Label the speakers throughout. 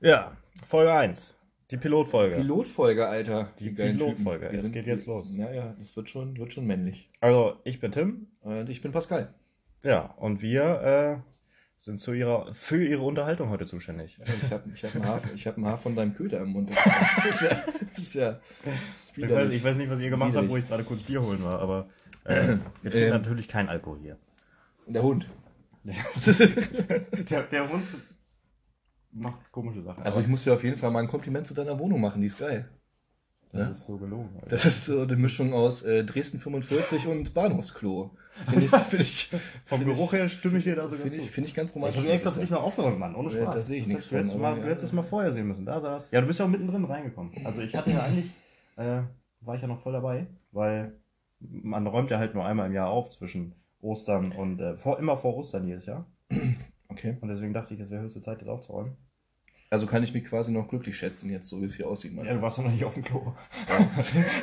Speaker 1: Ja, Folge 1. Die Pilotfolge.
Speaker 2: Pilotfolge, Alter.
Speaker 1: Die
Speaker 2: geilen Typen.
Speaker 1: Pilotfolge.
Speaker 2: Wir
Speaker 1: Es geht jetzt los.
Speaker 2: Ja, ja, das wird schon, wird schon männlich.
Speaker 1: also, ich bin Tim.
Speaker 2: Und ich bin Pascal.
Speaker 1: Ja, und wir äh, sind zu ihrer, für ihre Unterhaltung heute zuständig.
Speaker 2: Ich habe ich hab ein, Haar- ich hab ein Haar von deinem Köder im Mund. Das ist ja. Das ist ja
Speaker 1: Ich weiß, ich weiß nicht, was ihr gemacht habt,
Speaker 2: Widerlich.
Speaker 1: wo ich gerade kurz Bier holen war, aber äh, wir trinken
Speaker 2: Ähm.
Speaker 1: natürlich kein Alkohol hier.
Speaker 2: Der Hund.
Speaker 1: der, der Hund macht komische Sachen.
Speaker 2: Also, ich muss dir auf jeden Fall mal ein Kompliment zu deiner Wohnung machen. Die ist geil.
Speaker 1: ne? das ist so gelogen. Alter.
Speaker 2: Das ist so eine Mischung aus äh, Dresden 45 und Bahnhofsklo. Finde ich, find ich,
Speaker 1: Vom
Speaker 2: find ich-
Speaker 1: Geruch her stimme ich dir da sogar
Speaker 2: Finde
Speaker 1: zu.
Speaker 2: ich, find ich ganz
Speaker 1: ich
Speaker 2: romantisch.
Speaker 1: habe extra für dich mal aufgeräumt, Mann, ohne
Speaker 2: Ja,
Speaker 1: Spaß.
Speaker 2: da sehe ich
Speaker 1: Das
Speaker 2: nichts
Speaker 1: heißt, Du hättest,
Speaker 2: von,
Speaker 1: mal,
Speaker 2: aber
Speaker 1: du
Speaker 2: ja.
Speaker 1: hättest es mal vorher sehen müssen. Da saß. Ja, du bist ja auch mittendrin reingekommen. Also ich hatte ja eigentlich, äh, war ich ja noch voll dabei, weil man räumt ja halt nur einmal im Jahr auf zwischen Ostern und äh, vor, immer vor Ostern jedes Jahr.
Speaker 2: okay.
Speaker 1: Und deswegen dachte ich, es wäre höchste Zeit, das aufzuräumen.
Speaker 2: Also kann ich mich quasi noch glücklich schätzen, jetzt so wie es hier aussieht. meinst du?
Speaker 1: warst doch noch nicht auf dem Klo.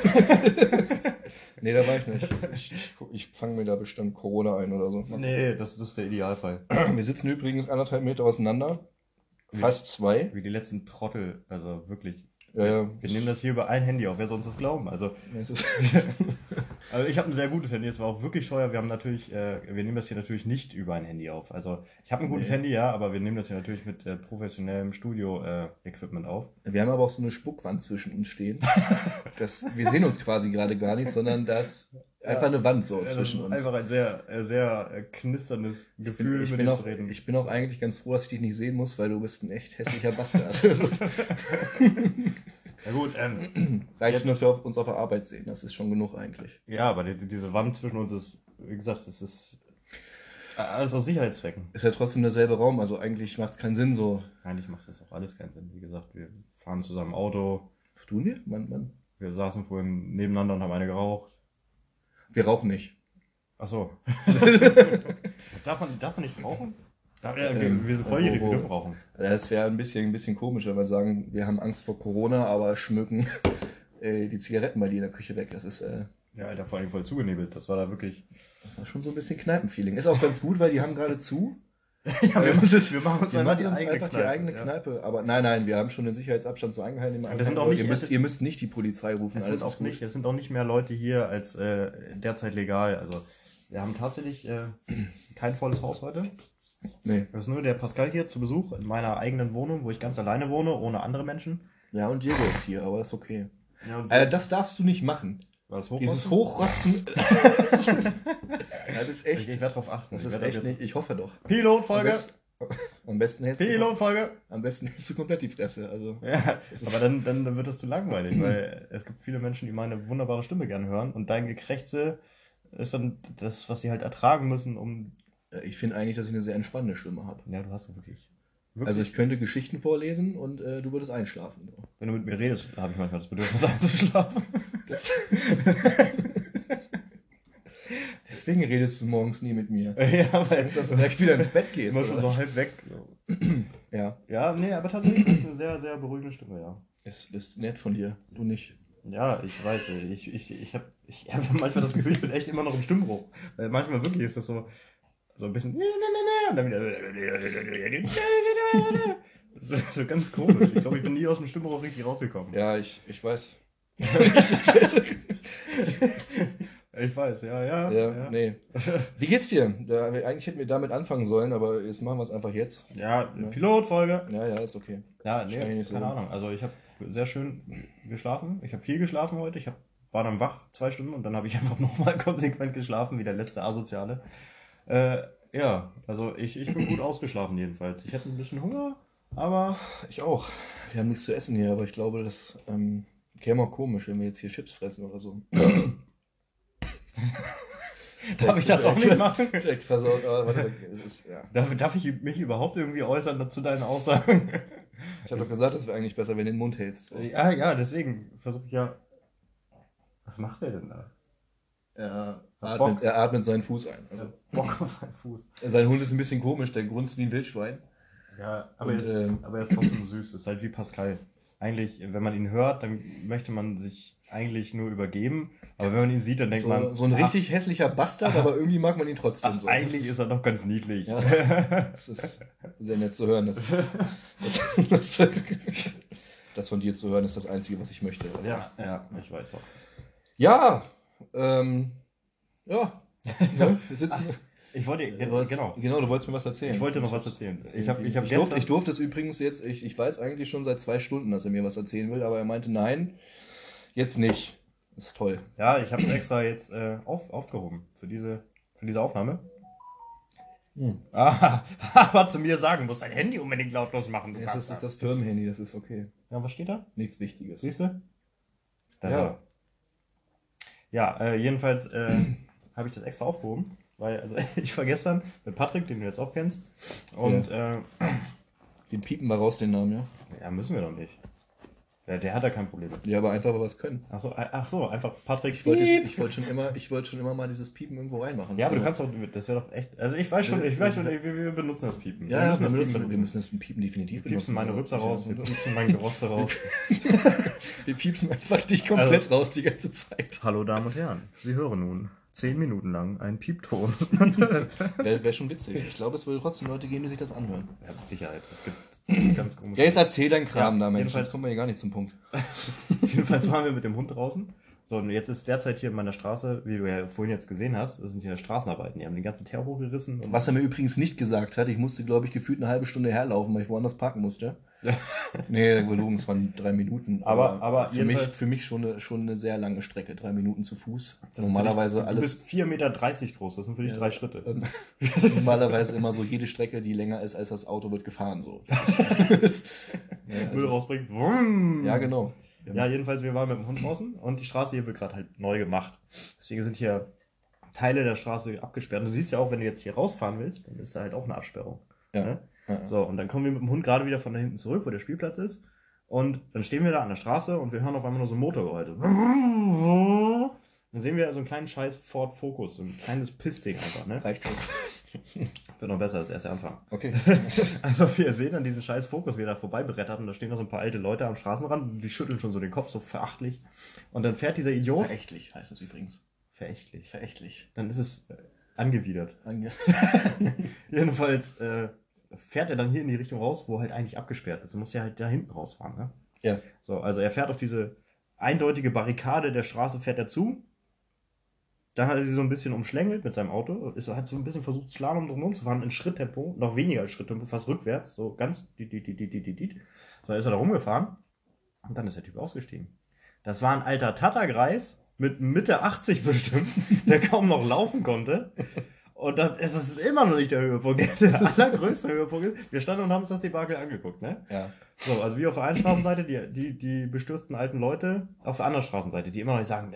Speaker 2: nee, da war ich nicht. Ich, ich, ich fange mir da bestimmt Corona ein oder so.
Speaker 1: Nee, das, das ist der Idealfall.
Speaker 2: Wir sitzen übrigens anderthalb Meter auseinander. Fast zwei.
Speaker 1: Wie die letzten Trottel, also wirklich.
Speaker 2: Äh,
Speaker 1: Wir nehmen das hier über ein Handy auf, wer soll uns das glauben? Also
Speaker 2: es ist,
Speaker 1: Also ich habe ein sehr gutes Handy, es war auch wirklich teuer. Wir haben natürlich, äh, wir nehmen das hier natürlich nicht über ein Handy auf. Also ich habe ein gutes
Speaker 2: Nee.
Speaker 1: Handy, ja, aber wir nehmen das hier natürlich mit äh, professionellem Studio-Equipment auf.
Speaker 2: wir haben aber auch so eine Spuckwand zwischen uns stehen. Das, wir sehen uns quasi gerade gar nicht, sondern da ist einfach eine Wand so
Speaker 1: Ja, das
Speaker 2: zwischen
Speaker 1: ist
Speaker 2: uns.
Speaker 1: Einfach ein sehr, äh, sehr äh, knisterndes
Speaker 2: Ich bin,
Speaker 1: Gefühl,
Speaker 2: ich,
Speaker 1: mit
Speaker 2: bin
Speaker 1: dir
Speaker 2: auch,
Speaker 1: zu reden.
Speaker 2: ich bin auch eigentlich ganz froh, dass ich dich nicht sehen muss, weil du bist ein echt hässlicher Bastard.
Speaker 1: ja gut, ähm,
Speaker 2: Reicht
Speaker 1: Jetzt-
Speaker 2: schon, dass wir auf, uns auf der Arbeit sehen. Das ist schon genug eigentlich.
Speaker 1: ja, aber die, diese Wand zwischen uns ist, wie gesagt, es ist äh, alles aus Sicherheitszwecken.
Speaker 2: Ist ja trotzdem derselbe Raum, also eigentlich macht es keinen Sinn so.
Speaker 1: Eigentlich macht das auch alles keinen Sinn. Wie gesagt, wir fahren zusammen Auto,
Speaker 2: Tun wir? Mann, Mann.
Speaker 1: wir saßen vorhin nebeneinander und haben eine geraucht.
Speaker 2: Wir rauchen nicht.
Speaker 1: Ach so. darf, man, darf man nicht rauchen? Darf, ja, okay,
Speaker 2: Ähm,
Speaker 1: wir sind volljährig,
Speaker 2: wo-
Speaker 1: wir
Speaker 2: wo-
Speaker 1: dürfen rauchen.
Speaker 2: Das wäre ein bisschen, ein bisschen komisch, wenn wir sagen, wir haben Angst vor Corona, aber schmücken äh, die Zigaretten bei dir in der Küche weg. Das ist, äh,
Speaker 1: Ja, Alter, vor allem voll zugenebelt. Das war da wirklich.
Speaker 2: das war schon so ein bisschen Kneipenfeeling. Ist auch ganz gut, weil die haben gerade zu.
Speaker 1: ja,
Speaker 2: wir
Speaker 1: machen
Speaker 2: Die machen uns einfach die eigene Kneipe. Aber nein, nein, wir haben schon den Sicherheitsabstand so eingehalten. den man
Speaker 1: Und das sind
Speaker 2: einhalten
Speaker 1: auch nicht-
Speaker 2: soll. ihr, müsst, ihr müsst nicht die Polizei rufen.
Speaker 1: Es
Speaker 2: alles
Speaker 1: sind, auch
Speaker 2: ist gut.
Speaker 1: nicht, es sind auch nicht mehr Leute hier als äh, derzeit legal. Also, wir haben tatsächlich äh, kein volles Haus heute.
Speaker 2: Nee.
Speaker 1: Es ist nur der Pascal hier zu Besuch in meiner eigenen Wohnung, wo ich ganz alleine wohne, ohne andere Menschen.
Speaker 2: Ja, und Diego ist hier, aber ist okay.
Speaker 1: Ja, und
Speaker 2: Äh, das darfst du nicht machen.
Speaker 1: war das hoch?
Speaker 2: Dieses Hochrotzen. das ist
Speaker 1: ich ich
Speaker 2: echt.
Speaker 1: werde drauf achten.
Speaker 2: Das
Speaker 1: Ich
Speaker 2: ist
Speaker 1: werd
Speaker 2: echt
Speaker 1: auf jetzt-
Speaker 2: nicht. Ich hoffe doch. Am
Speaker 1: Pilotfolge!
Speaker 2: besten- Am besten hältst du
Speaker 1: Pilotfolge!
Speaker 2: Am besten hältst du komplett die Fresse. Also.
Speaker 1: Ja, aber dann, dann, dann wird das zu langweilig, weil es gibt viele Menschen, die meine wunderbare Stimme gerne hören und dein Gekrächze ist dann das, was sie halt ertragen müssen, um.
Speaker 2: Äh, Ich finde eigentlich, dass ich eine sehr entspannende Stimme habe.
Speaker 1: Ja, du hast doch wirklich. wirklich
Speaker 2: Also ich könnte Geschichten vorlesen und äh, du würdest einschlafen. So.
Speaker 1: wenn du mit mir redest, habe ich manchmal das Bedürfnis einzuschlafen.
Speaker 2: Das Deswegen redest du morgens nie mit mir.
Speaker 1: ja, weil
Speaker 2: Angst, dass du Äh, direkt wieder ins Bett gehst.
Speaker 1: immer schon
Speaker 2: oder
Speaker 1: so
Speaker 2: was?
Speaker 1: halb weg. So.
Speaker 2: ja,
Speaker 1: Ja, nee, aber tatsächlich ist eine sehr, sehr beruhigende Stimme, ja.
Speaker 2: ist, ist nett von dir. Du nicht.
Speaker 1: Ja, ich weiß, ey, ich, ich, ich habe ich hab manchmal das Gefühl, ich bin echt immer noch im Stimmbruch. Weil manchmal wirklich ist das so, so ein bisschen. Und dann wieder. Das ist so ganz komisch. Ich glaube, ich bin nie aus dem Stimmbruch richtig rausgekommen.
Speaker 2: Ja, ich, ich weiß.
Speaker 1: Ich weiß, ja, ja.
Speaker 2: Ja,
Speaker 1: ja.
Speaker 2: nee. Wie geht's dir? Da, wir- eigentlich hätten wir damit anfangen sollen, aber jetzt machen wir es einfach jetzt.
Speaker 1: ja Pilotfolge.
Speaker 2: Ja, ja, ist okay.
Speaker 1: Ja, nee,
Speaker 2: Wahrscheinlich
Speaker 1: keine
Speaker 2: nicht so.
Speaker 1: Ahnung. Also ich habe sehr schön geschlafen. Ich habe viel geschlafen heute. Ich hab, war dann wach zwei Stunden und dann habe ich einfach nochmal konsequent geschlafen, wie der letzte Asoziale. Äh, ja, also ich, ich bin gut ausgeschlafen jedenfalls. Ich hatte ein bisschen Hunger, aber
Speaker 2: Ich auch. Wir haben nichts zu essen hier, aber ich glaube, das ähm, käme auch komisch, wenn wir jetzt hier Chips fressen oder so.
Speaker 1: Darf ich das auch nicht machen?
Speaker 2: Direkt versaut, aber warte, es ist, ja.
Speaker 1: darf, darf ich mich überhaupt irgendwie äußern zu deinen Aussagen?
Speaker 2: Ich habe doch gesagt, es wäre eigentlich besser, wenn du den Mund hältst.
Speaker 1: ja, ja, deswegen versuche ich ja. Was macht der denn da?
Speaker 2: Er
Speaker 1: Bock.
Speaker 2: atmet, er atmet seinen Fuß ein. Also,
Speaker 1: Bock auf seinen Fuß.
Speaker 2: Sein Hund ist ein bisschen komisch, der grunzt wie ein Wildschwein.
Speaker 1: Ja, aber,
Speaker 2: Und,
Speaker 1: er ist,
Speaker 2: ähm,
Speaker 1: aber er ist trotzdem süß. Ist halt wie Pascal. Eigentlich, wenn man ihn hört, dann möchte man sich eigentlich nur übergeben. Aber wenn man ihn sieht, dann denkt
Speaker 2: So,
Speaker 1: man,
Speaker 2: so ein
Speaker 1: ah,
Speaker 2: richtig hässlicher Bastard, aber irgendwie mag man ihn trotzdem
Speaker 1: ach,
Speaker 2: so.
Speaker 1: eigentlich ist er doch ganz niedlich.
Speaker 2: Ja. Das ist sehr nett zu hören. Das, das, das, das von dir zu hören ist das Einzige, was ich möchte. Also,
Speaker 1: ja, ja, ich weiß doch.
Speaker 2: Ja. Ähm, ja. Ne? Wir sitzen.
Speaker 1: Ich wollte,
Speaker 2: Du
Speaker 1: genau,
Speaker 2: wolltest- genau, du wolltest mir was erzählen.
Speaker 1: Ich wollte noch was erzählen. Ich habe ich hab
Speaker 2: ich, durfte,
Speaker 1: gestern...
Speaker 2: ich durfte es übrigens jetzt, ich, ich weiß eigentlich schon seit zwei Stunden, dass er mir was erzählen will, aber er meinte nein, jetzt nicht. Das ist toll.
Speaker 1: ja, ich habe es extra jetzt äh, auf, aufgehoben für diese, für diese Aufnahme. Ah, aber zu mir sagen, musst dein Handy unbedingt lautlos machen, du
Speaker 2: Ja, das ist
Speaker 1: Bastard.
Speaker 2: das Firmenhandy, das ist okay.
Speaker 1: Ja, was steht da?
Speaker 2: Nichts Wichtiges.
Speaker 1: Siehst du?
Speaker 2: Ja.
Speaker 1: Ja, äh, jedenfalls äh, habe ich das extra aufgehoben, weil also ich war gestern mit Patrick, den du jetzt auch kennst, und äh,
Speaker 2: Den piepen wir raus, den Namen, ja.
Speaker 1: ja, müssen wir doch nicht. Der, der hat da kein Problem. mit.
Speaker 2: Ja, aber einfach was können.
Speaker 1: Ach so, äh, ach so, einfach Patrick.
Speaker 2: Ich wollte,
Speaker 1: Piep.
Speaker 2: ich wollte schon immer, ich wollte schon immer mal dieses Piepen irgendwo reinmachen. Also,
Speaker 1: ja, aber du kannst doch, das wäre doch echt. Also ich weiß schon, ich weiß schon, ey, wir, wir benutzen das Piepen.
Speaker 2: Ja, ja, wir
Speaker 1: das
Speaker 2: müssen, wir
Speaker 1: benutzen.
Speaker 2: müssen das Piepen definitiv
Speaker 1: Wir piepsen meine Rübser raus, wir piepsen mein Gerotze raus.
Speaker 2: Wir piepsen einfach dich komplett raus die ganze Zeit.
Speaker 1: Hallo Damen und Herren, Sie hören nun zehn Minuten lang einen Piepton.
Speaker 2: Wäre wär schon witzig. Ich glaube, es würde trotzdem Leute geben, die sich das anhören.
Speaker 1: Ja, mit Sicherheit. Es gibt ganz komische.
Speaker 2: Ja, jetzt erzähl deinen Kram
Speaker 1: Ja,
Speaker 2: da, Mensch.
Speaker 1: jedenfalls-
Speaker 2: Jetzt kommen wir hier gar nicht zum Punkt.
Speaker 1: Jedenfalls waren wir mit dem Hund draußen. So, und jetzt ist derzeit hier in meiner Straße, wie du ja vorhin jetzt gesehen hast, es sind hier Straßenarbeiten. Die haben den ganzen Teer hochgerissen. Und
Speaker 2: Was er mir übrigens nicht gesagt hat, ich musste, glaube ich, gefühlt eine halbe Stunde herlaufen, weil ich woanders parken musste.
Speaker 1: Ja.
Speaker 2: nee, gelogen, es waren drei Minuten.
Speaker 1: Aber- aber
Speaker 2: für mich,
Speaker 1: jedenfalls-
Speaker 2: für mich schon eine, schon eine sehr lange Strecke, drei Minuten zu
Speaker 1: Das
Speaker 2: Fuß.
Speaker 1: sind für
Speaker 2: Normalerweise
Speaker 1: dich,
Speaker 2: alles.
Speaker 1: Du bist 4,30 Meter groß, das sind für dich
Speaker 2: Ja.
Speaker 1: drei Schritte.
Speaker 2: Ähm, Normalerweise immer so jede Strecke, die länger ist als das Auto, wird gefahren. So. ja,
Speaker 1: Müll
Speaker 2: also,
Speaker 1: rausbringen. Wumm.
Speaker 2: ja, genau.
Speaker 1: Ja, jedenfalls, wir waren mit dem Hund draußen und die Straße hier wird gerade halt neu gemacht. Deswegen sind hier Teile der Straße abgesperrt. Du siehst ja auch, wenn du jetzt hier rausfahren willst, dann ist da halt auch eine Absperrung.
Speaker 2: Ja.
Speaker 1: Ne?
Speaker 2: Ja.
Speaker 1: So, und dann kommen wir mit dem Hund gerade wieder von da hinten zurück, wo der Spielplatz ist. Und dann stehen wir da an der Straße und wir hören auf einmal nur so Motorgeräusche. Dann sehen wir so einen kleinen scheiß Ford Focus, so ein kleines Pissding einfach, ne?
Speaker 2: Reicht schon.
Speaker 1: Wird noch besser, das ist erst der Anfang.
Speaker 2: Okay.
Speaker 1: Also wir sehen an diesem scheiß Fokus, wie er da vorbeibrettert und da stehen noch so ein paar alte Leute am Straßenrand, die schütteln schon so den Kopf, so verachtlich. Und dann fährt dieser Idiot.
Speaker 2: Verächtlich heißt es übrigens.
Speaker 1: Verächtlich.
Speaker 2: Verächtlich.
Speaker 1: Dann ist es äh, angewidert.
Speaker 2: Ange
Speaker 1: Jedenfalls äh, fährt er dann hier in die Richtung raus, wo halt eigentlich abgesperrt ist. Du musst ja halt da hinten rausfahren, ne?
Speaker 2: Ja.
Speaker 1: So, also er fährt auf diese eindeutige Barrikade der Straße, fährt er zu. Dann hat er sie so ein bisschen umschlängelt mit seinem Auto, ist, hat so ein bisschen versucht, Slalom drumherum zu fahren, in Schritttempo, noch weniger als Schritttempo, fast rückwärts, so ganz. Dit, dit, dit, dit, dit, dit, dit. So, dann ist er da rumgefahren und dann ist der Typ ausgestiegen. Das war ein alter Tattergreis mit Mitte 80 bestimmt, der kaum noch laufen konnte. Und das, es ist immer noch nicht der Höhepunkt. Der allergrößte Höhepunkt ist, wir standen und haben uns das Debakel angeguckt, ne?
Speaker 2: Ja.
Speaker 1: So, also wir auf der einen Straßenseite, die, die, die bestürzten alten Leute, auf der anderen Straßenseite, die immer noch nicht sagen,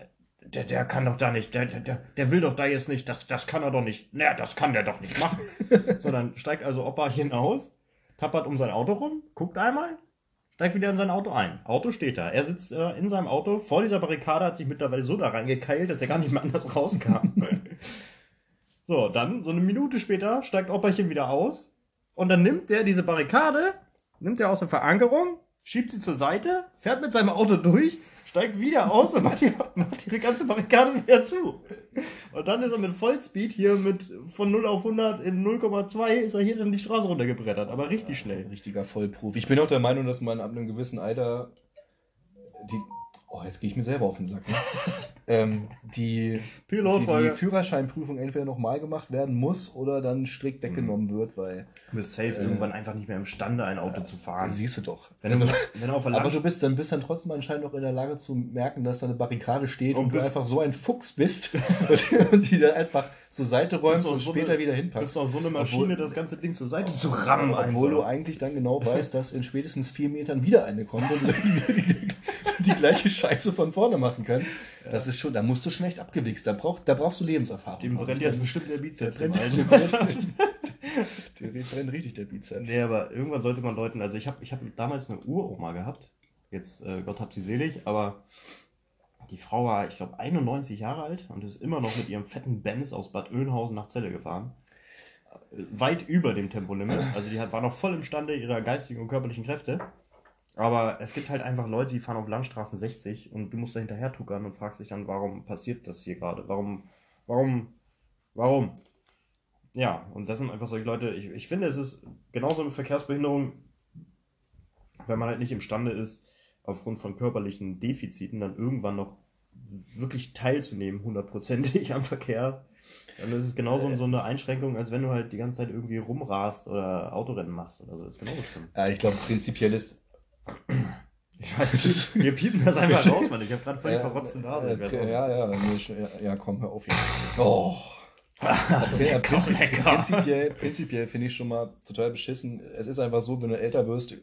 Speaker 1: der, der kann doch da nicht, der, der- der, der will doch da jetzt nicht, das, das kann er doch nicht, naja, das kann der doch nicht machen. so, dann steigt also Opa hinaus, tappert um sein Auto rum, guckt einmal, steigt wieder in sein Auto ein. Auto steht da. Er sitzt äh, in seinem Auto, vor dieser Barrikade, hat sich mittlerweile so da reingekeilt, dass er gar nicht mehr anders rauskam. so, dann, so eine Minute später, steigt Opperchen wieder aus und dann nimmt der diese Barrikade nimmt er aus der Verankerung, schiebt sie zur Seite, fährt mit seinem Auto durch, steigt wieder aus und macht, die, macht ihre ganze Barrikade wieder zu. Und dann ist er mit Vollspeed hier mit von 0 auf 100 in 0,2 ist er hier dann die Straße runtergebrettert, aber richtig
Speaker 2: Ein
Speaker 1: schnell.
Speaker 2: richtiger Vollprofi. Ich bin auch der Meinung, dass man ab einem gewissen Alter die. Oh, jetzt gehe ich mir selber auf den Sack. Ne? ähm, die, die, die
Speaker 1: Pilotfolge.
Speaker 2: Führerscheinprüfung entweder nochmal gemacht werden muss oder dann strikt weggenommen
Speaker 1: Mhm.
Speaker 2: wird, weil.
Speaker 1: Du bist
Speaker 2: Äh.
Speaker 1: safe irgendwann einfach nicht mehr imstande, ein Auto zu fahren.
Speaker 2: Siehst du doch.
Speaker 1: Wenn,
Speaker 2: Also,
Speaker 1: du, wenn du auf der
Speaker 2: aber
Speaker 1: Land
Speaker 2: du bist dann, bist dann trotzdem anscheinend noch in der Lage zu merken, dass da eine Barrikade steht
Speaker 1: Und
Speaker 2: und, du
Speaker 1: bist-
Speaker 2: einfach so ein Fuchs bist und die dann einfach zur Seite räumst
Speaker 1: Bist auch
Speaker 2: und
Speaker 1: so
Speaker 2: später
Speaker 1: eine-
Speaker 2: wieder hinpackst.
Speaker 1: bist doch so eine Maschine,
Speaker 2: Obwohl-
Speaker 1: das ganze Ding zur Seite zu rammen.
Speaker 2: Obwohl du
Speaker 1: einfach.
Speaker 2: eigentlich dann genau weißt, dass in spätestens vier Metern wieder eine kommt und die gleiche Scheiße von vorne machen kannst. Das ist schon, da musst du schon echt abgewichst. Da, brauch, da brauchst du Lebenserfahrung. Also
Speaker 1: Dem brennt jetzt bestimmt der Bizeps. im
Speaker 2: brennt-
Speaker 1: Alter.
Speaker 2: Der brennt richtig der Bizeps.
Speaker 1: Nee, aber irgendwann sollte man Leuten, also ich habe ich hab damals eine Uroma gehabt, jetzt äh, Gott hab sie selig, aber die Frau war, ich glaube, 91 Jahre alt und ist immer noch mit ihrem fetten Benz aus Bad Oeynhausen nach Celle gefahren. Äh, Weit über dem Tempolimit, also die hat, war noch voll imstande ihrer geistigen und körperlichen Kräfte. Aber es gibt halt einfach Leute, die fahren auf Landstraßen 60 und du musst da hinterher tuckern und fragst dich dann, warum passiert das hier gerade? Warum, warum, warum? Ja, und das sind einfach solche Leute. Ich, ich finde, es ist genauso mit Verkehrsbehinderung, wenn man halt nicht imstande ist, aufgrund von körperlichen Defiziten dann irgendwann noch wirklich teilzunehmen, hundertprozentig am Verkehr. Dann ist es genauso
Speaker 2: Äh.
Speaker 1: so eine Einschränkung, als wenn du halt die ganze Zeit irgendwie rumrast oder Autorennen machst oder so. Das ist genauso schlimm.
Speaker 2: Ja, ich glaube, prinzipiell ist.
Speaker 1: Ich weiß nicht, wir piepen das einfach raus, Mann. Ich habe gerade voll die
Speaker 2: Äh,
Speaker 1: verrotzte Nase.
Speaker 2: äh,
Speaker 1: Äh,
Speaker 2: ja, ja, nee, sch- ja, ja, komm, hör auf jetzt. Oh. Ja,
Speaker 1: lecker,
Speaker 2: prinzip-
Speaker 1: lecker.
Speaker 2: Prinzipiell, prinzipiell finde ich schon mal total beschissen. Es ist einfach so, wenn du älter wirst,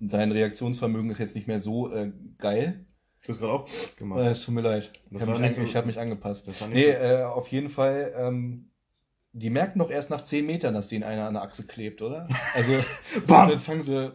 Speaker 2: dein Reaktionsvermögen ist jetzt nicht mehr so äh, geil.
Speaker 1: Du hast gerade auch
Speaker 2: Äh,
Speaker 1: gemacht.
Speaker 2: es tut mir leid. Ich
Speaker 1: Das
Speaker 2: habe
Speaker 1: war
Speaker 2: mich,
Speaker 1: nicht
Speaker 2: ange-
Speaker 1: so-
Speaker 2: ich hab mich angepasst.
Speaker 1: Das war nicht
Speaker 2: Nee,
Speaker 1: so-
Speaker 2: äh, auf jeden Fall, ähm, die merken doch erst nach 10 Metern, dass denen einer an der Achse klebt, oder? Also,
Speaker 1: Bam!
Speaker 2: dann fangen sie.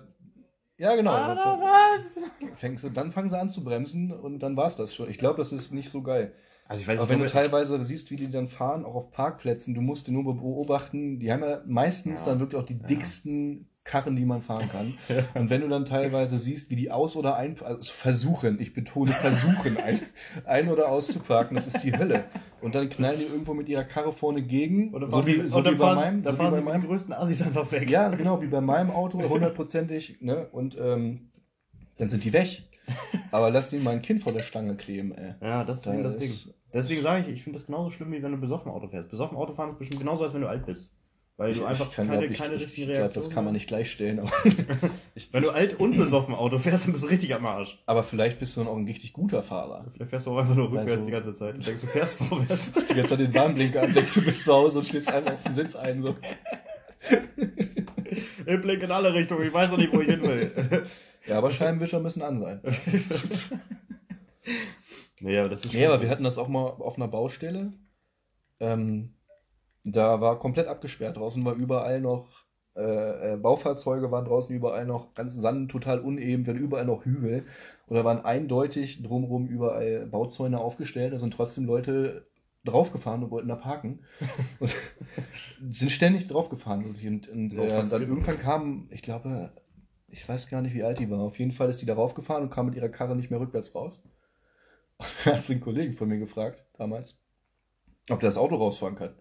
Speaker 2: Ja, genau. Dann
Speaker 1: was?
Speaker 2: fangen sie, dann fangen sie an zu bremsen und dann war es das schon. Ich glaube, das ist nicht so geil.
Speaker 1: Also ich weiß
Speaker 2: Aber
Speaker 1: nicht,
Speaker 2: wenn du
Speaker 1: ob-
Speaker 2: teilweise siehst, wie die dann fahren, auch auf Parkplätzen, du musst die nur beobachten, die haben ja meistens
Speaker 1: Ja.
Speaker 2: dann wirklich auch die dicksten Karren, die man fahren kann. Und wenn du dann teilweise siehst, wie die aus- oder ein, also versuchen, ich betone versuchen, ein, ein- oder auszuparken, das ist die Hölle. Und dann knallen die irgendwo mit ihrer Karre vorne gegen,
Speaker 1: Und dann
Speaker 2: so
Speaker 1: fahren
Speaker 2: wie,
Speaker 1: sie-
Speaker 2: so
Speaker 1: und
Speaker 2: wie
Speaker 1: dann
Speaker 2: bei
Speaker 1: fahren
Speaker 2: meinem,
Speaker 1: dann
Speaker 2: so wie
Speaker 1: fahren
Speaker 2: bei
Speaker 1: sie mit
Speaker 2: meinem
Speaker 1: den größten Assis einfach weg.
Speaker 2: ja, genau, wie bei meinem Auto, hundertprozentig, ne, und ähm, dann sind die weg. Aber lass die mal ein Kind vor der Stange kleben, ey.
Speaker 1: Ja, das ist
Speaker 2: Da
Speaker 1: eben das
Speaker 2: ist-
Speaker 1: Ding. Deswegen sage ich, ich finde das genauso schlimm, wie wenn du besoffen Auto fährst. Besoffen Auto fahren ist bestimmt genauso, als wenn du alt bist. Weil du Also einfach
Speaker 2: kann,
Speaker 1: keine,
Speaker 2: glaub ich-
Speaker 1: keine
Speaker 2: ich-
Speaker 1: richtigen
Speaker 2: ich glaub,
Speaker 1: Reaktionen
Speaker 2: Das kann man nicht gleichstellen. Aber, ich,
Speaker 1: Wenn du alt und besoffen Auto fährst, dann bist du richtig am Arsch.
Speaker 2: aber vielleicht bist du dann auch ein richtig guter Fahrer.
Speaker 1: Vielleicht fährst du auch einfach nur rückwärts
Speaker 2: Also-
Speaker 1: die ganze Zeit und denkst, du fährst vorwärts.
Speaker 2: Die ganze Zeit den Warnblinker anlegst, du bist zu Hause und schläfst einfach auf den Sitz ein. So.
Speaker 1: Ich blinke in alle Richtungen, ich weiß noch nicht, wo ich hin will.
Speaker 2: Ja, aber Scheibenwischer müssen an sein.
Speaker 1: naja, aber das ist
Speaker 2: Nee, aber wir hatten das auch mal auf einer Baustelle. Ähm, da war komplett abgesperrt. Draußen war überall noch äh, äh, Baufahrzeuge, waren draußen überall noch ganz Sand, total uneben, waren überall noch Hügel. Und da waren eindeutig drumherum überall Bauzäune aufgestellt. Da sind trotzdem Leute draufgefahren und wollten da parken. und sind ständig draufgefahren. wirklich. Und, und äh,
Speaker 1: Aufwärts
Speaker 2: dann
Speaker 1: geht.
Speaker 2: irgendwann kam, ich glaube, ich weiß gar nicht, wie alt die war. Auf jeden Fall ist die da raufgefahren und kam mit ihrer Karre nicht mehr rückwärts raus. Da hat sie einen Kollegen von mir gefragt, damals, ob der das Auto rausfahren kann.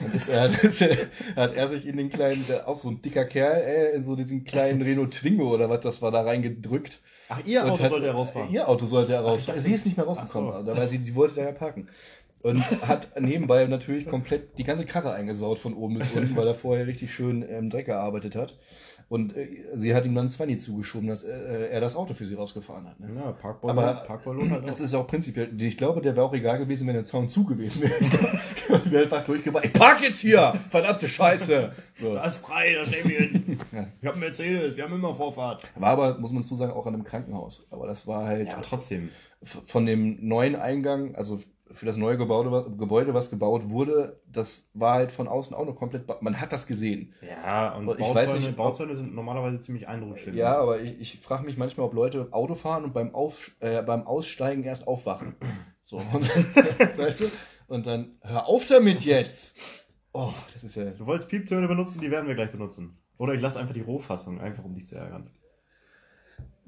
Speaker 2: Dann ist er, ist er, hat er sich in den kleinen, der, auch so ein dicker Kerl, ey, in so diesen kleinen Renault Twingo oder was das war, da reingedrückt.
Speaker 1: Ach, ihr
Speaker 2: Und
Speaker 1: Auto
Speaker 2: hat-
Speaker 1: sollte ja rausfahren.
Speaker 2: Ihr Auto sollte er
Speaker 1: ich dachte,
Speaker 2: rausfahren. Sie ist nicht mehr
Speaker 1: Ach so.
Speaker 2: rausgekommen, so. weil sie die wollte da ja parken. Und hat nebenbei natürlich komplett die ganze Karre eingesaut von oben bis unten, weil er vorher richtig schön im Dreck gearbeitet hat. Und äh, sie hat ihm dann 20 zugeschoben, dass äh, er das Auto für sie rausgefahren hat. Ne?
Speaker 1: Ja, Parkball,
Speaker 2: Aber-
Speaker 1: Parkball und halt
Speaker 2: Das
Speaker 1: auch.
Speaker 2: ist auch prinzipiell, ich glaube, der wäre auch egal gewesen, wenn der Zaun zu gewesen wäre. Ich wäre einfach durchgebracht. Ich park jetzt hier! Verdammte Scheiße! So.
Speaker 1: Da ist frei, da stehen wir hin.
Speaker 2: Ja.
Speaker 1: Ich hab einen Mercedes, wir haben immer Vorfahrt.
Speaker 2: War aber, muss man zu sagen, auch an einem Krankenhaus. Aber das war halt
Speaker 1: Ja, aber trotzdem.
Speaker 2: f- von dem neuen Eingang, also für das neue Gebäude, wa- Gebäude, was gebaut wurde, das war halt von außen auch noch komplett, ba- man hat das gesehen.
Speaker 1: Ja, und
Speaker 2: Aber ich
Speaker 1: Bauzäune,
Speaker 2: weiß nicht,
Speaker 1: Bauzäune sind normalerweise ziemlich eindrucksschön.
Speaker 2: Ja, aber ich, ich frage mich manchmal, ob Leute Auto fahren und beim, Auf, äh, beim Aussteigen erst aufwachen. So, und dann, weißt du? Und dann, hör auf damit jetzt! Oh, das ist ja
Speaker 1: Du wolltest Pieptöne benutzen, die werden wir gleich benutzen. Oder ich lasse einfach die Rohfassung, einfach um dich zu ärgern.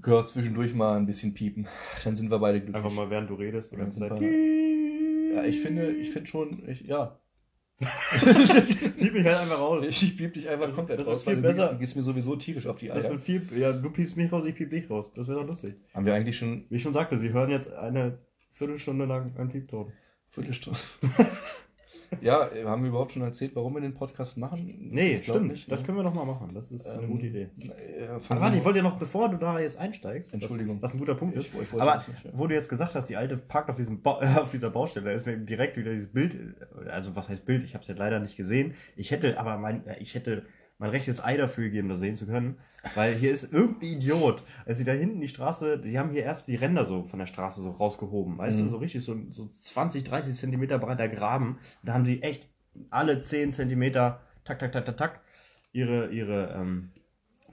Speaker 2: gehört zwischendurch mal ein bisschen piepen. Dann sind wir beide glücklich.
Speaker 1: Einfach mal während du redest die
Speaker 2: Ja,
Speaker 1: ganze
Speaker 2: sind
Speaker 1: Zeit.
Speaker 2: wir- Ja, ich finde, ich finde schon, ich, ja.
Speaker 1: Piep mich halt einfach raus.
Speaker 2: ich ich piep dich einfach
Speaker 1: Das-
Speaker 2: komplett
Speaker 1: das ist
Speaker 2: raus,
Speaker 1: viel
Speaker 2: weil du
Speaker 1: besser.
Speaker 2: gehst, gehst mir sowieso tierisch auf die
Speaker 1: das
Speaker 2: Eier.
Speaker 1: wird viel, ja, du piepst mich raus, ich piep dich raus. Das wäre doch lustig.
Speaker 2: Haben wir eigentlich schon
Speaker 1: Wie ich schon sagte, sie hören jetzt eine Viertelstunde lang einen Piepton.
Speaker 2: Viertelstunde. ja, äh, haben wir überhaupt schon erzählt, warum wir den Podcast machen?
Speaker 1: Nee,
Speaker 2: Ich glaub
Speaker 1: stimmt.
Speaker 2: nicht,
Speaker 1: das
Speaker 2: ne?
Speaker 1: können wir noch mal machen. Das ist eine
Speaker 2: Ähm,
Speaker 1: gute Idee.
Speaker 2: äh,
Speaker 1: Aber
Speaker 2: fangen
Speaker 1: warte,
Speaker 2: wir-
Speaker 1: ich wollte dir noch, bevor du da jetzt einsteigst, was-
Speaker 2: Entschuldigung.
Speaker 1: was ein guter Punkt ist,
Speaker 2: Ich- ich wollte
Speaker 1: aber
Speaker 2: das nicht, ja.
Speaker 1: wo du jetzt gesagt hast, die alte parkt auf, diesem Bau- äh, auf dieser Baustelle, da ist mir direkt wieder dieses Bild, äh, also was heißt Bild, ich habe es ja leider nicht gesehen, ich hätte aber mein, äh, ich hätte mein rechtes Ei dafür gegeben, das sehen zu können, weil hier ist irgendein Idiot, als sie da hinten die Straße, die haben hier erst die Ränder so von der Straße so rausgehoben, weißt du,
Speaker 2: Mhm.
Speaker 1: so richtig so, so 20, 30 Zentimeter breiter Graben, da haben sie echt alle 10 Zentimeter, tak, tak, tak, tak, tak, ihre, ihre, ähm,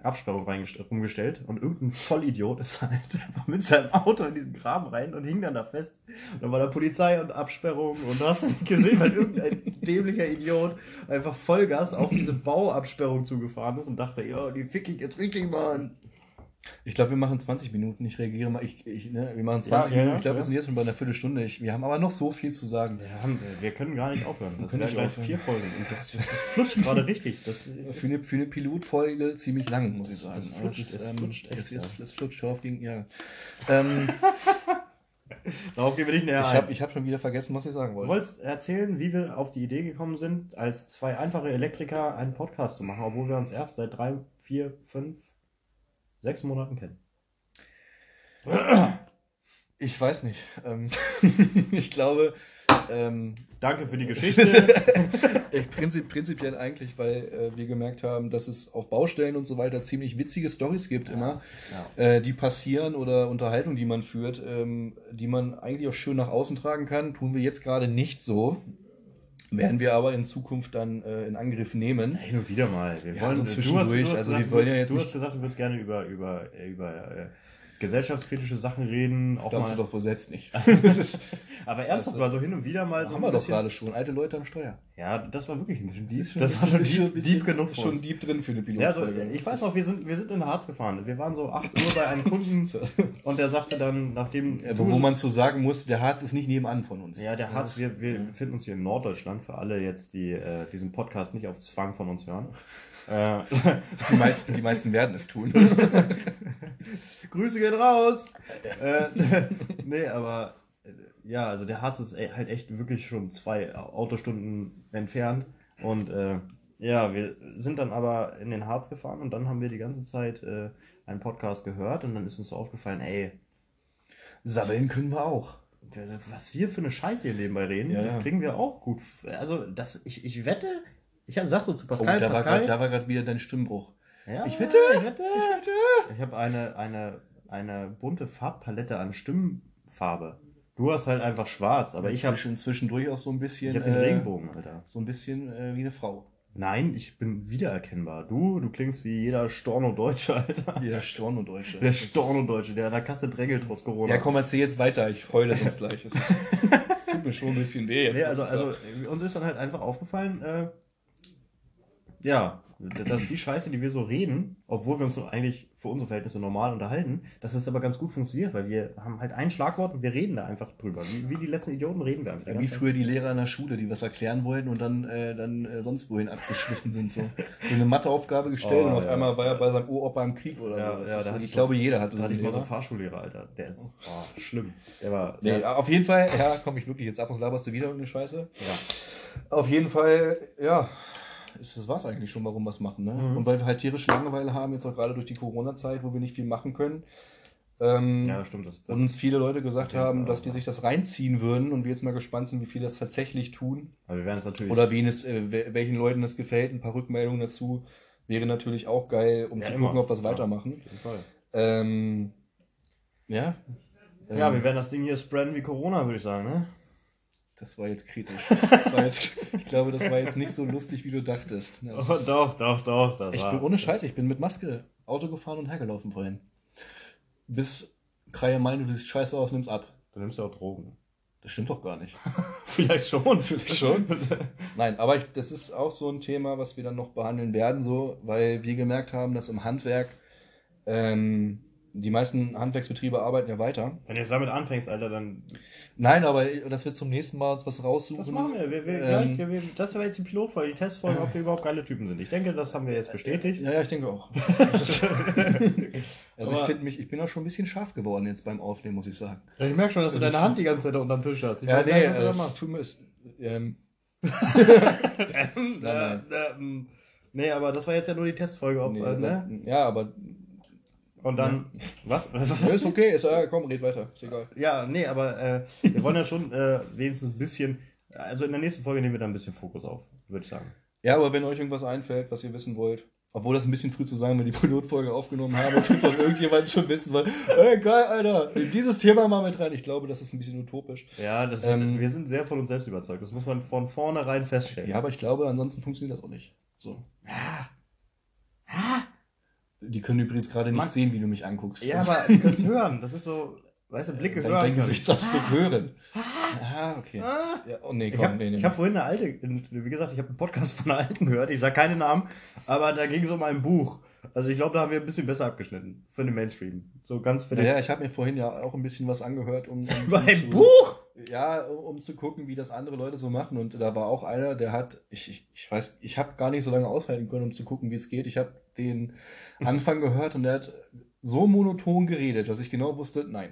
Speaker 1: Absperrung reingest- rumgestellt und irgendein Vollidiot ist halt einfach mit seinem Auto in diesen Graben rein und hing dann da fest. Und dann war da Polizei und Absperrung und da hast du nicht gesehen, weil irgendein dämlicher Idiot einfach Vollgas auf diese Bauabsperrung zugefahren ist und dachte, ja, die fick ich jetzt richtig, Mann.
Speaker 2: Ich glaube, wir machen 20 Minuten. Ich reagiere mal. Ich, ich, ne? Wir
Speaker 1: Ja,
Speaker 2: machen 20
Speaker 1: ja,
Speaker 2: Minuten.
Speaker 1: ja,
Speaker 2: ich glaube, wir
Speaker 1: ja.
Speaker 2: sind jetzt schon bei einer Viertelstunde. Ich, wir haben aber noch so viel zu sagen.
Speaker 1: Wir, haben, äh, wir können gar nicht aufhören. Das
Speaker 2: können
Speaker 1: sind
Speaker 2: nicht
Speaker 1: gleich
Speaker 2: aufhören.
Speaker 1: vier Folgen. Und das, das, das flutscht gerade richtig. Das
Speaker 2: Für eine, für eine Pilotfolge ziemlich lang, muss ich
Speaker 1: Das-
Speaker 2: sagen.
Speaker 1: das
Speaker 2: Aber
Speaker 1: flutscht,
Speaker 2: es ist,
Speaker 1: es
Speaker 2: ähm,
Speaker 1: flutscht echt,
Speaker 2: es, es,
Speaker 1: ja.
Speaker 2: es flutscht auf gegen, ja. ähm,
Speaker 1: Darauf gehen wir nicht näher
Speaker 2: ich
Speaker 1: ein.
Speaker 2: habe ich hab schon wieder vergessen, was ich sagen
Speaker 1: Du
Speaker 2: wollte.
Speaker 1: wolltest erzählen, wie wir auf die Idee gekommen sind, als zwei einfache Elektriker einen Podcast zu machen, obwohl wir uns erst seit drei, vier, fünf, sechs Monaten kennen.
Speaker 2: Ich weiß nicht. Ähm, ich glaube, ähm,
Speaker 1: Danke für die Geschichte.
Speaker 2: Ich prinzip, prinzipiell eigentlich, weil äh, wir gemerkt haben, dass es auf Baustellen und so weiter ziemlich witzige Stories gibt immer,
Speaker 1: ja.
Speaker 2: äh, die passieren oder Unterhaltung, die man führt, ähm, die man eigentlich auch schön nach außen tragen kann. Tun wir jetzt gerade nicht so, werden wir aber in Zukunft dann äh, in Angriff nehmen.
Speaker 1: Hin und wieder mal. Wir
Speaker 2: Ja,
Speaker 1: wollen
Speaker 2: so
Speaker 1: du hast-
Speaker 2: zwischendurch.
Speaker 1: Du hast,
Speaker 2: Also
Speaker 1: gesagt,
Speaker 2: wir wollen ja
Speaker 1: du
Speaker 2: jetzt
Speaker 1: du hast
Speaker 2: nicht-
Speaker 1: gesagt, du würdest gerne über, über, über äh, gesellschaftskritische Sachen reden.
Speaker 2: Das
Speaker 1: Auch
Speaker 2: glaubst
Speaker 1: mal. Also
Speaker 2: du doch wohl selbst nicht. Das ist,
Speaker 1: Aber ernsthaft,
Speaker 2: Das-
Speaker 1: mal so hin und wieder mal so
Speaker 2: haben wir doch gerade schon. Alte Leute am Steuer.
Speaker 1: Ja, das war wirklich ein bisschen
Speaker 2: Das
Speaker 1: deep.
Speaker 2: ist schon-
Speaker 1: das war schon
Speaker 2: ist schon
Speaker 1: deep,
Speaker 2: ein bisschen-
Speaker 1: deep genug für
Speaker 2: Schon
Speaker 1: uns.
Speaker 2: deep drin für eine
Speaker 1: Ja, also,
Speaker 2: Pilotfolge.
Speaker 1: ich weiß noch, wir sind, wir sind in Harz gefahren. Wir waren so 8 Uhr bei einem Kunden und der sagte dann, nachdem.
Speaker 2: Aber wo man zu sagen muss, der Harz ist nicht nebenan von uns.
Speaker 1: Ja, der Harz,
Speaker 2: Das-
Speaker 1: wir, wir
Speaker 2: ja.
Speaker 1: befinden uns hier in Norddeutschland, für alle jetzt, die äh, diesen Podcast nicht auf Zwang von uns hören. Äh,
Speaker 2: Die meisten, die meisten werden es tun.
Speaker 1: Grüße gehen raus! äh, nee, aber äh, ja, also der Harz ist e- halt echt wirklich schon zwei Autostunden entfernt. Und äh, ja, wir sind dann aber in den Harz gefahren und dann haben wir die ganze Zeit äh, einen Podcast gehört und dann ist uns so aufgefallen, ey,
Speaker 2: Sabbeln können wir auch.
Speaker 1: was wir für eine Scheiße hier nebenbei reden,
Speaker 2: Ja,
Speaker 1: das
Speaker 2: ja.
Speaker 1: kriegen wir auch gut. Also, das, ich, ich wette, ich sag so zu
Speaker 2: Oh,
Speaker 1: Pascal,
Speaker 2: da war
Speaker 1: Pascal.
Speaker 2: grad- da war gerade wieder dein Stimmbruch.
Speaker 1: Ja,
Speaker 2: Ich wette,
Speaker 1: ich wette, ich wette. Ich habe eine, eine, eine bunte Farbpalette an Stimmfarbe. Du hast halt einfach schwarz, aber ich habe
Speaker 2: schon zwischendurch auch so ein bisschen.
Speaker 1: ich hab den
Speaker 2: äh,
Speaker 1: Regenbogen, Alter.
Speaker 2: So ein bisschen äh, wie eine Frau.
Speaker 1: Nein, ich bin wiedererkennbar. Du, du klingst wie jeder Storno-Deutsche, Alter.
Speaker 2: Der Storno-Deutsche.
Speaker 1: Der
Speaker 2: Das ist-
Speaker 1: Storno-Deutsche, der an der Kasse drängelt trotz Corona.
Speaker 2: Ja, komm, erzähl jetzt weiter. Ich heule sonst gleich. Es ist- Es tut mir schon ein bisschen weh jetzt.
Speaker 1: Nee, also,
Speaker 2: muss ich sagen.
Speaker 1: also äh, uns ist dann halt einfach aufgefallen, äh, ja, dass die Scheiße, die wir so reden, obwohl wir uns so eigentlich für unsere Verhältnisse normal unterhalten, dass es aber ganz gut funktioniert, weil wir haben halt ein Schlagwort und wir reden da einfach drüber. Wie, wie die letzten Idioten reden wir einfach. die
Speaker 2: Wie
Speaker 1: ganze Zeit.
Speaker 2: früher die Lehrer in der Schule, die was erklären wollten und dann, äh, dann äh, sonst wohin abgeschliffen sind. So, so eine Matheaufgabe gestellt
Speaker 1: Oh,
Speaker 2: und auf
Speaker 1: ja.
Speaker 2: einmal war er bei seinem Opa im Krieg oder
Speaker 1: Ja,
Speaker 2: so. Das
Speaker 1: ja, da
Speaker 2: ist so
Speaker 1: hatte
Speaker 2: ich
Speaker 1: ich
Speaker 2: glaube,
Speaker 1: mal-
Speaker 2: jeder hatte
Speaker 1: Da
Speaker 2: so
Speaker 1: hatte
Speaker 2: einen
Speaker 1: ich mal so
Speaker 2: Lehrer.
Speaker 1: einen Fahrschullehrer, Alter. Der ist oh, schlimm. Der war.
Speaker 2: Nee,
Speaker 1: der,
Speaker 2: Auf jeden Fall, ja, komm, ich wirklich jetzt ab und laberst du wieder irgendeine Scheiße.
Speaker 1: ja.
Speaker 2: Auf jeden Fall, ja, ist das war's eigentlich schon, warum wir es machen. Ne?
Speaker 1: Mhm.
Speaker 2: Und weil wir halt tierische Langeweile haben, jetzt auch gerade durch die Corona-Zeit, wo wir nicht viel machen können. Ähm,
Speaker 1: ja, stimmt. Das, das,
Speaker 2: und uns viele Leute gesagt
Speaker 1: Ja,
Speaker 2: haben,
Speaker 1: ja.
Speaker 2: dass die sich das reinziehen würden und wir jetzt mal gespannt sind, wie viele das tatsächlich tun.
Speaker 1: aber wir werden es natürlich.
Speaker 2: Oder wen es, äh, wel- welchen Leuten es gefällt. Ein paar Rückmeldungen dazu wäre natürlich auch geil, um
Speaker 1: Ja,
Speaker 2: zu
Speaker 1: immer.
Speaker 2: gucken, ob wir es
Speaker 1: Ja.
Speaker 2: weitermachen.
Speaker 1: Auf jeden Fall.
Speaker 2: Ähm, ja.
Speaker 1: Ja,
Speaker 2: Ähm,
Speaker 1: wir werden das Ding hier spreaden wie Corona, würde ich sagen, ne?
Speaker 2: Das war jetzt kritisch. Das war jetzt, ich glaube, das war jetzt nicht so lustig, wie du dachtest. Das
Speaker 1: Oh,
Speaker 2: ist-
Speaker 1: doch, doch, doch. Das
Speaker 2: Ich
Speaker 1: war,
Speaker 2: bin ohne Scheiß, ich bin mit Maske Auto gefahren und hergelaufen vorhin. Bis Kreier meinte, du siehst scheiße aus, nimm's ab.
Speaker 1: Du nimmst ja auch Drogen.
Speaker 2: Das stimmt doch gar nicht.
Speaker 1: Vielleicht schon. Vielleicht schon.
Speaker 2: Nein, aber ich, das ist auch so ein Thema, was wir dann noch behandeln werden, so, weil wir gemerkt haben, dass im Handwerk ähm, die meisten Handwerksbetriebe arbeiten ja weiter.
Speaker 1: Wenn du jetzt damit anfängst, Alter, dann.
Speaker 2: Nein, aber dass wir zum nächsten Mal uns was raussuchen.
Speaker 1: Das machen wir. wir, wir
Speaker 2: Ähm.
Speaker 1: gleich, wir das war jetzt die Pilotfolge, die Testfolge, ob wir überhaupt geile Typen sind. Ich denke, das haben wir jetzt bestätigt.
Speaker 2: Ja, ja, ich denke auch. also ich
Speaker 1: Aber-
Speaker 2: finde mich, ich bin auch schon ein bisschen scharf geworden jetzt beim Aufnehmen, muss ich sagen. Also
Speaker 1: Ich merke schon, dass
Speaker 2: du deine Hand
Speaker 1: die ganze Zeit unterm Tisch hast. Ich
Speaker 2: tut mir es- ähm,
Speaker 1: nein, nein. Nee, aber das war jetzt ja nur die Testfolge. Ob,
Speaker 2: nee,
Speaker 1: äh, ne?
Speaker 2: Ja, aber
Speaker 1: Und dann. Was?
Speaker 2: Ja,
Speaker 1: was?
Speaker 2: ist okay, ist ja, komm, red weiter, ist egal.
Speaker 1: Ja, nee, aber äh, wir wollen ja schon äh, wenigstens ein bisschen. Also in der nächsten Folge nehmen wir da ein bisschen Fokus auf, würde ich sagen.
Speaker 2: Ja, aber wenn euch irgendwas einfällt, was ihr wissen wollt, obwohl das ein bisschen früh zu sagen, wenn die Pilotfolge aufgenommen haben, und vielleicht irgendjemand schon wissen wollt, ey, geil, Alter, nimm dieses Thema mal mit rein. Ich glaube, das ist ein bisschen utopisch.
Speaker 1: Ja, das ist,
Speaker 2: Ähm.
Speaker 1: wir sind sehr von uns selbst überzeugt. Das muss man von vornherein feststellen.
Speaker 2: Ja, aber ich glaube, ansonsten funktioniert das auch nicht. So. Ah. Die können übrigens gerade nicht
Speaker 1: Mann.
Speaker 2: sehen, wie du mich anguckst.
Speaker 1: Ja, aber ihr könnt's hören. Das ist so, weißt du, Blicke
Speaker 2: Dein,
Speaker 1: hören.
Speaker 2: dein
Speaker 1: können.
Speaker 2: Gesichtsausdruck hören. Ah, okay.
Speaker 1: Ah.
Speaker 2: Ja, oh nee,
Speaker 1: Ich
Speaker 2: komm,
Speaker 1: habe
Speaker 2: nee, nee.
Speaker 1: hab vorhin eine alte, wie gesagt, ich habe einen Podcast von einer alten gehört, ich sag keine Namen, aber da ging es um ein Buch. Also ich glaube, da haben wir ein bisschen besser abgeschnitten. Für den Mainstream. So ganz für den.
Speaker 2: Naja, ich habe mir vorhin ja auch ein bisschen was angehört, um. um
Speaker 1: Mein
Speaker 2: zu-
Speaker 1: Buch!
Speaker 2: Ja, um zu gucken, wie das andere Leute so machen. Und da war auch einer, der hat, ich, ich, ich weiß, ich habe gar nicht so lange aushalten können, um zu gucken, wie es geht. Ich habe den Anfang gehört und der hat so monoton geredet, dass ich genau wusste, nein.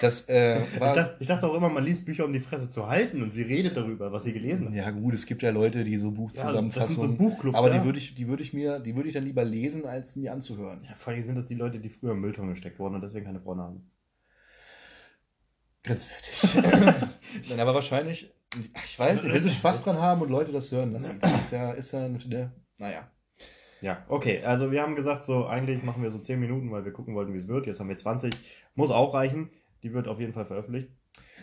Speaker 2: Das äh,
Speaker 1: Ich
Speaker 2: war.
Speaker 1: dachte, ich dachte auch immer, man liest Bücher, um die Fresse zu halten und sie redet darüber, was sie gelesen hat.
Speaker 2: ja gut, es gibt ja Leute, die so
Speaker 1: das sind
Speaker 2: Buchzusammenfassungen.
Speaker 1: so Buchclubs.
Speaker 2: aber
Speaker 1: ja.
Speaker 2: die würde ich, die würde ich mir, die würde ich dann lieber lesen, als mir anzuhören.
Speaker 1: Ja, vor allem sind das die Leute, die früher im Müllton gesteckt wurden und deswegen keine Frauen haben.
Speaker 2: Grenzwertig. Nein, aber wahrscheinlich, ach, ich weiß nicht, wenn sie Spaß dran haben und Leute das hören lassen, das ist ja, ist ja, ne, naja.
Speaker 1: Ja, okay. Also wir haben gesagt, so eigentlich machen wir so 10 Minuten, weil wir gucken wollten, wie es wird. Jetzt haben wir 20. Muss auch reichen. Die wird auf jeden Fall veröffentlicht.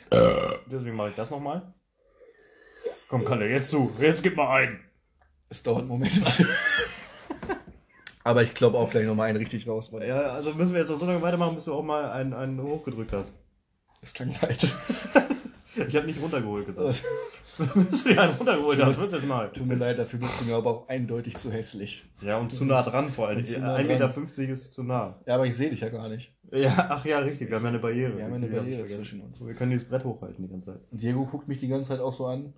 Speaker 2: Äh.
Speaker 1: Deswegen mache ich das nochmal. Komm, Kalle, jetzt zu. Jetzt gib mal ein.
Speaker 2: Es dauert einen Moment. aber ich glaube auch gleich nochmal einen richtig raus, weil
Speaker 1: Ja, also müssen wir jetzt noch so lange weitermachen, bis du auch mal einen, einen hochgedrückt hast.
Speaker 2: das klang falsch.
Speaker 1: Ich habe nicht runtergeholt gesagt. bis du dir einen runtergeholt hast, wird's jetzt mal.
Speaker 2: Tut mir leid, dafür bist du mir aber auch eindeutig zu hässlich.
Speaker 1: Ja, und zu nah dran vor allem.
Speaker 2: Und zu nah
Speaker 1: 1,50 Meter ist zu nah.
Speaker 2: Ja, aber ich sehe dich ja gar nicht.
Speaker 1: Ja, ach ja, richtig. Wir haben ja eine Barriere.
Speaker 2: Wir haben
Speaker 1: Die
Speaker 2: eine
Speaker 1: hab ich
Speaker 2: Barriere
Speaker 1: vergessen.
Speaker 2: zwischen uns.
Speaker 1: Wir können dieses Brett hochhalten die ganze Zeit.
Speaker 2: Und Diego guckt mich die ganze Zeit auch so an.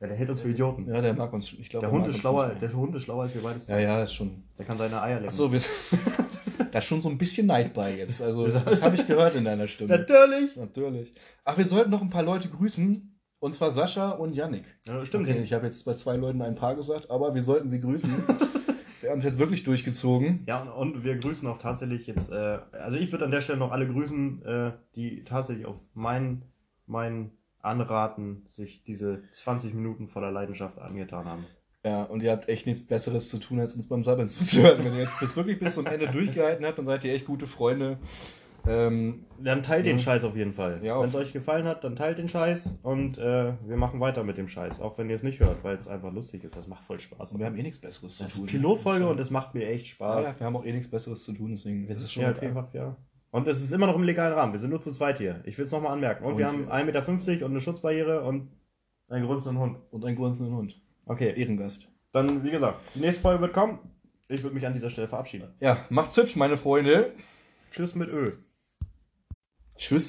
Speaker 1: Ja, der hält uns für Idioten.
Speaker 2: Ja, der mag uns. Ich glaube,
Speaker 1: Der
Speaker 2: er
Speaker 1: Hund
Speaker 2: mag
Speaker 1: ist
Speaker 2: uns
Speaker 1: schlauer,
Speaker 2: nicht mehr.
Speaker 1: der Hund ist schlauer als wir beide.
Speaker 2: Ja, ja, ist schon.
Speaker 1: Der kann seine Eier lecken.
Speaker 2: Achso, wir. da ist schon so ein bisschen Neid bei jetzt. Also, das habe ich gehört in deiner Stimme.
Speaker 1: Natürlich!
Speaker 2: Natürlich. Ach, wir sollten noch ein paar Leute grüßen. Und zwar Sascha und Yannick.
Speaker 1: Ja, stimmt.
Speaker 2: Okay, ich habe jetzt bei zwei Leuten ein paar gesagt, aber wir sollten sie grüßen. wir haben es jetzt wirklich durchgezogen.
Speaker 1: Ja, und, und wir grüßen auch tatsächlich jetzt, äh, also ich würde an der Stelle noch alle grüßen, äh, die tatsächlich auf meinen mein Anraten sich diese 20 Minuten voller Leidenschaft angetan haben.
Speaker 2: Ja, und ihr habt echt nichts Besseres zu tun, als uns beim Sabbeln zuzuhören. Wenn ihr jetzt bis wirklich bis zum Ende durchgehalten habt, dann seid ihr echt gute Freunde. Ähm,
Speaker 1: Dann teilt
Speaker 2: Ja.
Speaker 1: den Scheiß auf jeden Fall.
Speaker 2: Ja, auf-
Speaker 1: wenn es euch gefallen hat, dann teilt den Scheiß und äh, wir machen weiter mit dem Scheiß, auch wenn ihr es nicht hört, weil es einfach lustig ist. Das macht voll Spaß.
Speaker 2: und wir haben eh nichts Besseres zu
Speaker 1: das ist
Speaker 2: tun.
Speaker 1: eine Pilotfolge und
Speaker 2: das
Speaker 1: es macht mir echt
Speaker 2: ja,
Speaker 1: Spaß.
Speaker 2: ja, wir haben auch eh nichts Besseres zu tun, deswegen das ist schon
Speaker 1: ja,
Speaker 2: okay.
Speaker 1: einfach, ja. Und es ist immer noch im legalen Rahmen. Wir sind nur zu zweit hier. Ich will es nochmal anmerken. Und, wir haben
Speaker 2: Und-
Speaker 1: 1,50 Meter und eine Schutzbarriere und einen größeren Hund.
Speaker 2: Und einen grunzenden Hund.
Speaker 1: Okay,
Speaker 2: Ehrengast.
Speaker 1: dann wie gesagt, die nächste Folge wird kommen. Ich würde mich an dieser Stelle verabschieden.
Speaker 2: Ja, macht's hübsch, meine Freunde.
Speaker 1: Tschüss mit Öl.
Speaker 2: Tschüss.